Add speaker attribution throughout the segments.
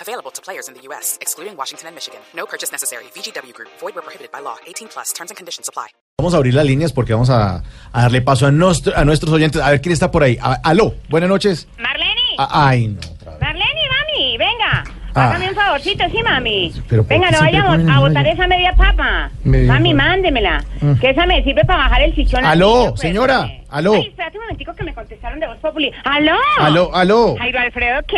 Speaker 1: Available to players in the U.S., excluding Washington and Michigan. No purchase necessary. VGW Group, void were prohibited by law. 18 plus terms and conditions apply.
Speaker 2: Vamos a abrir las líneas porque vamos a, a darle paso a, nostr- a nuestros oyentes. A ver quién está por ahí. A- aló, buenas noches.
Speaker 3: Marlene,
Speaker 2: A- ay, no, otra vez.
Speaker 3: Marlene, mami, venga.
Speaker 2: Ah.
Speaker 3: Hágame un favorcito, sí, mami.
Speaker 2: pero ¿por
Speaker 3: venga,
Speaker 2: qué
Speaker 3: no
Speaker 2: siempre
Speaker 3: vayamos
Speaker 2: comen
Speaker 3: a
Speaker 2: el
Speaker 3: botar
Speaker 2: gallo?
Speaker 3: esa media papa.
Speaker 2: Media
Speaker 3: mami,
Speaker 2: papa.
Speaker 3: mándemela. Que esa me sirve para bajar el chichón. al
Speaker 2: Mm. Aló,
Speaker 3: niño, pues,
Speaker 2: señora,
Speaker 3: hombre.
Speaker 2: aló.
Speaker 3: Ay, espérate un momentico que me contestaron de voz populi. Aló.
Speaker 2: Aló, aló.
Speaker 3: Jairo Alfredo, ¿qué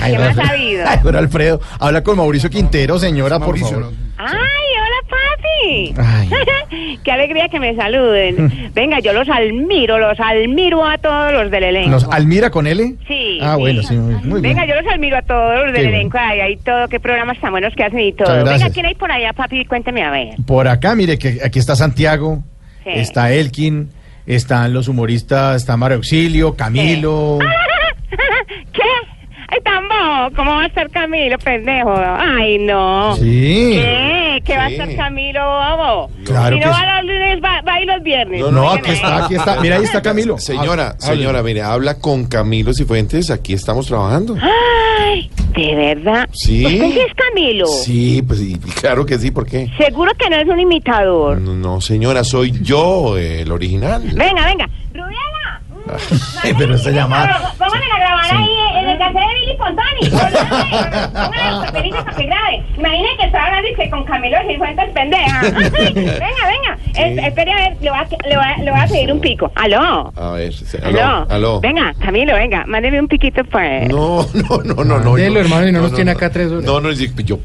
Speaker 2: Ay,
Speaker 3: ¿Qué más ha
Speaker 2: Alfredo.
Speaker 3: habido?
Speaker 2: Ay, pero Alfredo, habla con Mauricio Quintero, señora, por favor.
Speaker 3: Ay, hola,
Speaker 2: Ay. Mm.
Speaker 3: papi. Qué alegría que me saluden. Venga, yo los admiro, los admiro a todos los del elenco.
Speaker 2: ¿Nos almira con L?
Speaker 3: Sí,
Speaker 2: Ah,
Speaker 3: sí.
Speaker 2: bueno, sí, muy, muy bien.
Speaker 3: Venga, yo los admiro a todos los
Speaker 2: Qué
Speaker 3: del
Speaker 2: bueno.
Speaker 3: elenco, ahí hay todo, qué programas tan buenos que hacen y todo.
Speaker 2: Muchas
Speaker 3: Venga,
Speaker 2: gracias.
Speaker 3: ¿quién hay por allá, papi? Cuénteme a ver.
Speaker 2: Por acá, mire, que aquí está Santiago,
Speaker 3: Sí.
Speaker 2: está Elkin, están los humoristas, está Mario Auxilio, Camilo.
Speaker 3: ¿Qué? Ay, tan bobo, ¿cómo va a ser Camilo, pendejo? Ay, no.
Speaker 2: Sí.
Speaker 3: ¿Qué? ¿Qué va a ser Camilo, bobo?
Speaker 2: Claro
Speaker 3: si
Speaker 2: que
Speaker 3: no
Speaker 2: sí.
Speaker 3: va los lunes, va, va y los viernes.
Speaker 2: No,
Speaker 3: Oigan
Speaker 2: aquí
Speaker 3: ahí.
Speaker 2: está, aquí está. Mira, ahí está Camilo. Ah,
Speaker 4: Señora,
Speaker 5: Ah,
Speaker 2: Hable.
Speaker 4: señora, mire, habla con Camilo Cifuentes, aquí estamos trabajando.
Speaker 3: Ay, ¿de verdad?
Speaker 4: Sí.
Speaker 3: ¿Usted sí es Camilo?
Speaker 4: Sí, pues y- y claro que sí, ¿por qué?
Speaker 3: Seguro que no es un imitador.
Speaker 2: Mm.
Speaker 4: No, no, señora, soy yo eh, el original.
Speaker 3: Venga, venga. Rubiana.
Speaker 2: Ay, pero esa llamada.
Speaker 3: Pónganle a grabar ahí eh, en el café de Billy Fontani. eh, Pónganle los papelitos para que grabe. Imagínense que estaba hablando y que con Camilo de Cifuentes pendeja. Ay, venga, venga. Es- espere a ver, le voy a, le voy a- le voy a pedir un pico. ¿Aló?
Speaker 4: A ver, se- aló, aló.
Speaker 3: Venga, Camilo, venga. Mándeme un piquito, pues.
Speaker 4: No, no, no, no, no.
Speaker 5: Mándelo,
Speaker 4: yo-
Speaker 5: hermano, y no nos tiene acá tres horas.
Speaker 4: No, no, yo, yo-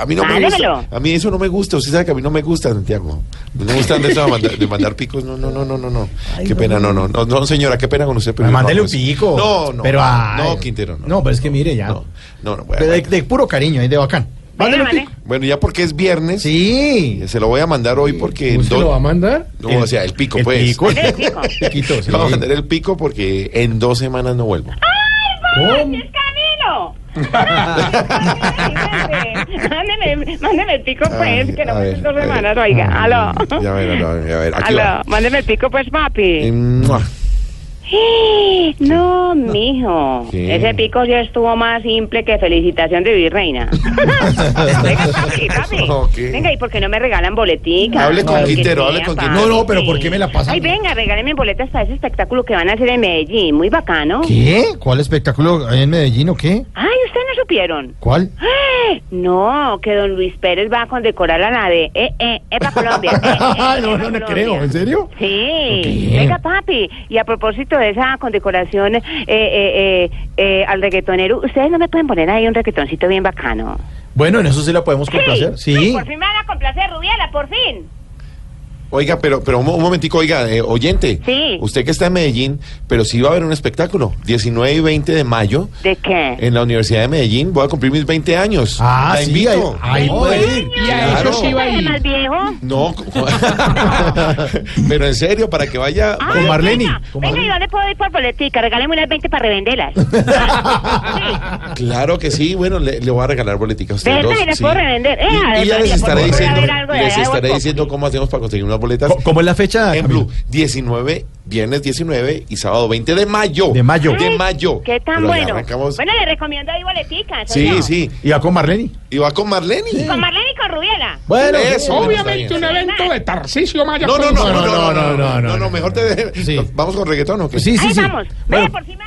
Speaker 4: a mí no me
Speaker 3: Mándemelo.
Speaker 4: gusta. A mí eso no me gusta, usted sabe que a mí no me gusta, Santiago. No me gusta de, eso, de mandar, de mandar picos, no, no, no, no, no, no. Qué pena, no, no, no, no, señora, qué pena con usted. pero
Speaker 2: Pero
Speaker 4: no
Speaker 2: mándele
Speaker 4: hago
Speaker 2: un
Speaker 4: eso.
Speaker 2: pico.
Speaker 4: No, no,
Speaker 2: Pero, ay.
Speaker 4: no, Quintero, no.
Speaker 2: pero es que mire ya.
Speaker 4: no, no, no, bueno,
Speaker 2: Pero de, de puro cariño, ahí de bacán. Mándele un
Speaker 3: Mándale.
Speaker 2: pico.
Speaker 4: Bueno, ya porque es viernes, eh,
Speaker 2: Sí.
Speaker 4: se lo voy a mandar hoy porque...
Speaker 5: ¿Usted
Speaker 4: do-
Speaker 5: lo va a mandar?
Speaker 4: No, o sea, el pico,
Speaker 2: el
Speaker 4: pues.
Speaker 2: Pico.
Speaker 3: El pico.
Speaker 2: Piquito, sí.
Speaker 4: Vamos a mandar el pico porque en dos semanas no vuelvo.
Speaker 2: ¿Cómo?
Speaker 3: ¡Es Camilo! mándeme, mándeme el pico, pues,
Speaker 4: Ay,
Speaker 3: que no
Speaker 4: a
Speaker 3: me
Speaker 4: ver,
Speaker 3: dos
Speaker 4: a ver.
Speaker 3: semanas, oiga. Aló.
Speaker 4: Ya a ver, a ver, a ver, aquí
Speaker 3: Aló,
Speaker 4: va.
Speaker 3: mándeme el pico, pues, papi.
Speaker 4: Eh, ¡mua!
Speaker 3: ¡Eh! No, mijo.
Speaker 4: ¿Qué?
Speaker 3: Ese pico ya estuvo más simple que felicitación de vivir reina. Venga, papi, papi.
Speaker 4: Ok.
Speaker 3: Venga, ¿y por qué no me regalan boletica?
Speaker 4: Hable con
Speaker 3: Lo que
Speaker 4: Quintero,
Speaker 3: sea,
Speaker 4: hable con
Speaker 3: papi.
Speaker 4: Quintero.
Speaker 2: No, no, pero ¿por qué me la pasan?
Speaker 3: Ay, venga, regálenme boletas para ese espectáculo que van a hacer en Medellín. Muy bacano.
Speaker 2: ¿Qué? ¿Cuál espectáculo hay en Medellín o qué?
Speaker 3: Ay, ¿ustedes no supieron?
Speaker 2: ¿Cuál?
Speaker 3: ¡Eh! No, que don Luis Pérez va a condecorar a la de eh, eh, Epa Colombia. eh, eh,
Speaker 2: Ay, no, no, no
Speaker 3: Epa Colombia.
Speaker 2: creo. ¿En serio?
Speaker 3: Sí,
Speaker 2: Ok.
Speaker 3: venga papi, y a propósito de esa condecoración eh, eh, eh, eh, al reggaetonero, ¿ustedes no me pueden poner ahí un reggaetoncito bien bacano?
Speaker 2: Bueno, en eso sí la podemos complacer. Sí.
Speaker 3: por fin me van a complacer, Rubiela, por fin.
Speaker 4: Oiga, pero, pero un, mo- un momentico, oiga, eh, oyente.
Speaker 3: Sí.
Speaker 4: Usted que está en Medellín, pero sí va a haber un espectáculo. 19 y 20 de mayo
Speaker 3: ¿De qué?
Speaker 4: en la Universidad de Medellín. Voy a cumplir mis 20 años.
Speaker 2: Ah,
Speaker 4: La
Speaker 2: sí. Ahí,
Speaker 4: invito.
Speaker 2: ahí puede ir.
Speaker 5: Y a
Speaker 4: Claro.
Speaker 5: eso sí va a ir.
Speaker 3: más viejo?
Speaker 4: No, co- pero en serio, para que vaya.
Speaker 3: Ah,
Speaker 2: Con Marlene,
Speaker 3: Venga,
Speaker 2: con
Speaker 3: venga,
Speaker 2: Marlene.
Speaker 3: ¿y dónde puedo ir por boletica? Regáleme unas 20 para revenderlas. sí.
Speaker 4: Claro que sí, bueno, le, le voy a regalar boletica a ustedes.
Speaker 3: ¿Verdad?
Speaker 4: dos,
Speaker 3: Y las
Speaker 4: sí.
Speaker 3: puedo revender. Eh,
Speaker 4: Y- y, ya les
Speaker 3: además, por
Speaker 4: estaré
Speaker 3: favor,
Speaker 4: diciendo,
Speaker 3: a ver algo de
Speaker 4: les
Speaker 3: allá de
Speaker 4: estaré
Speaker 3: Voz
Speaker 4: diciendo
Speaker 3: Populi.
Speaker 4: cómo hacemos para conseguir unas boletas.
Speaker 2: Co- ¿Cómo es la fecha?
Speaker 4: En
Speaker 2: Camilo?
Speaker 4: Blue, 19, viernes 19 y sábado 20 de mayo.
Speaker 2: De mayo.
Speaker 4: De
Speaker 3: Ay,
Speaker 4: mayo.
Speaker 3: Qué tan
Speaker 4: Pero ya
Speaker 3: bueno.
Speaker 4: arrancamos.
Speaker 3: Bueno, le recomiendo ahí boletica. eso
Speaker 4: sí,
Speaker 3: no.
Speaker 4: sí.
Speaker 2: ¿Y va con Marlene?
Speaker 4: Y va con Marlene.
Speaker 3: Con Marlene y con Rubiela.
Speaker 2: Bueno,
Speaker 4: Eso.
Speaker 2: obvio.
Speaker 5: Obviamente un evento de Tarcisio Maya.
Speaker 4: No, no,
Speaker 2: No,
Speaker 4: no, no, no, no, no, no,
Speaker 2: no, no, no,
Speaker 4: no, mejor te
Speaker 2: Sí.
Speaker 4: ¿Vamos con reggaetón o qué?
Speaker 2: Sí, sí,
Speaker 3: Ahí
Speaker 2: sí.
Speaker 3: vamos.
Speaker 2: Bueno.
Speaker 3: Vaya, por fin me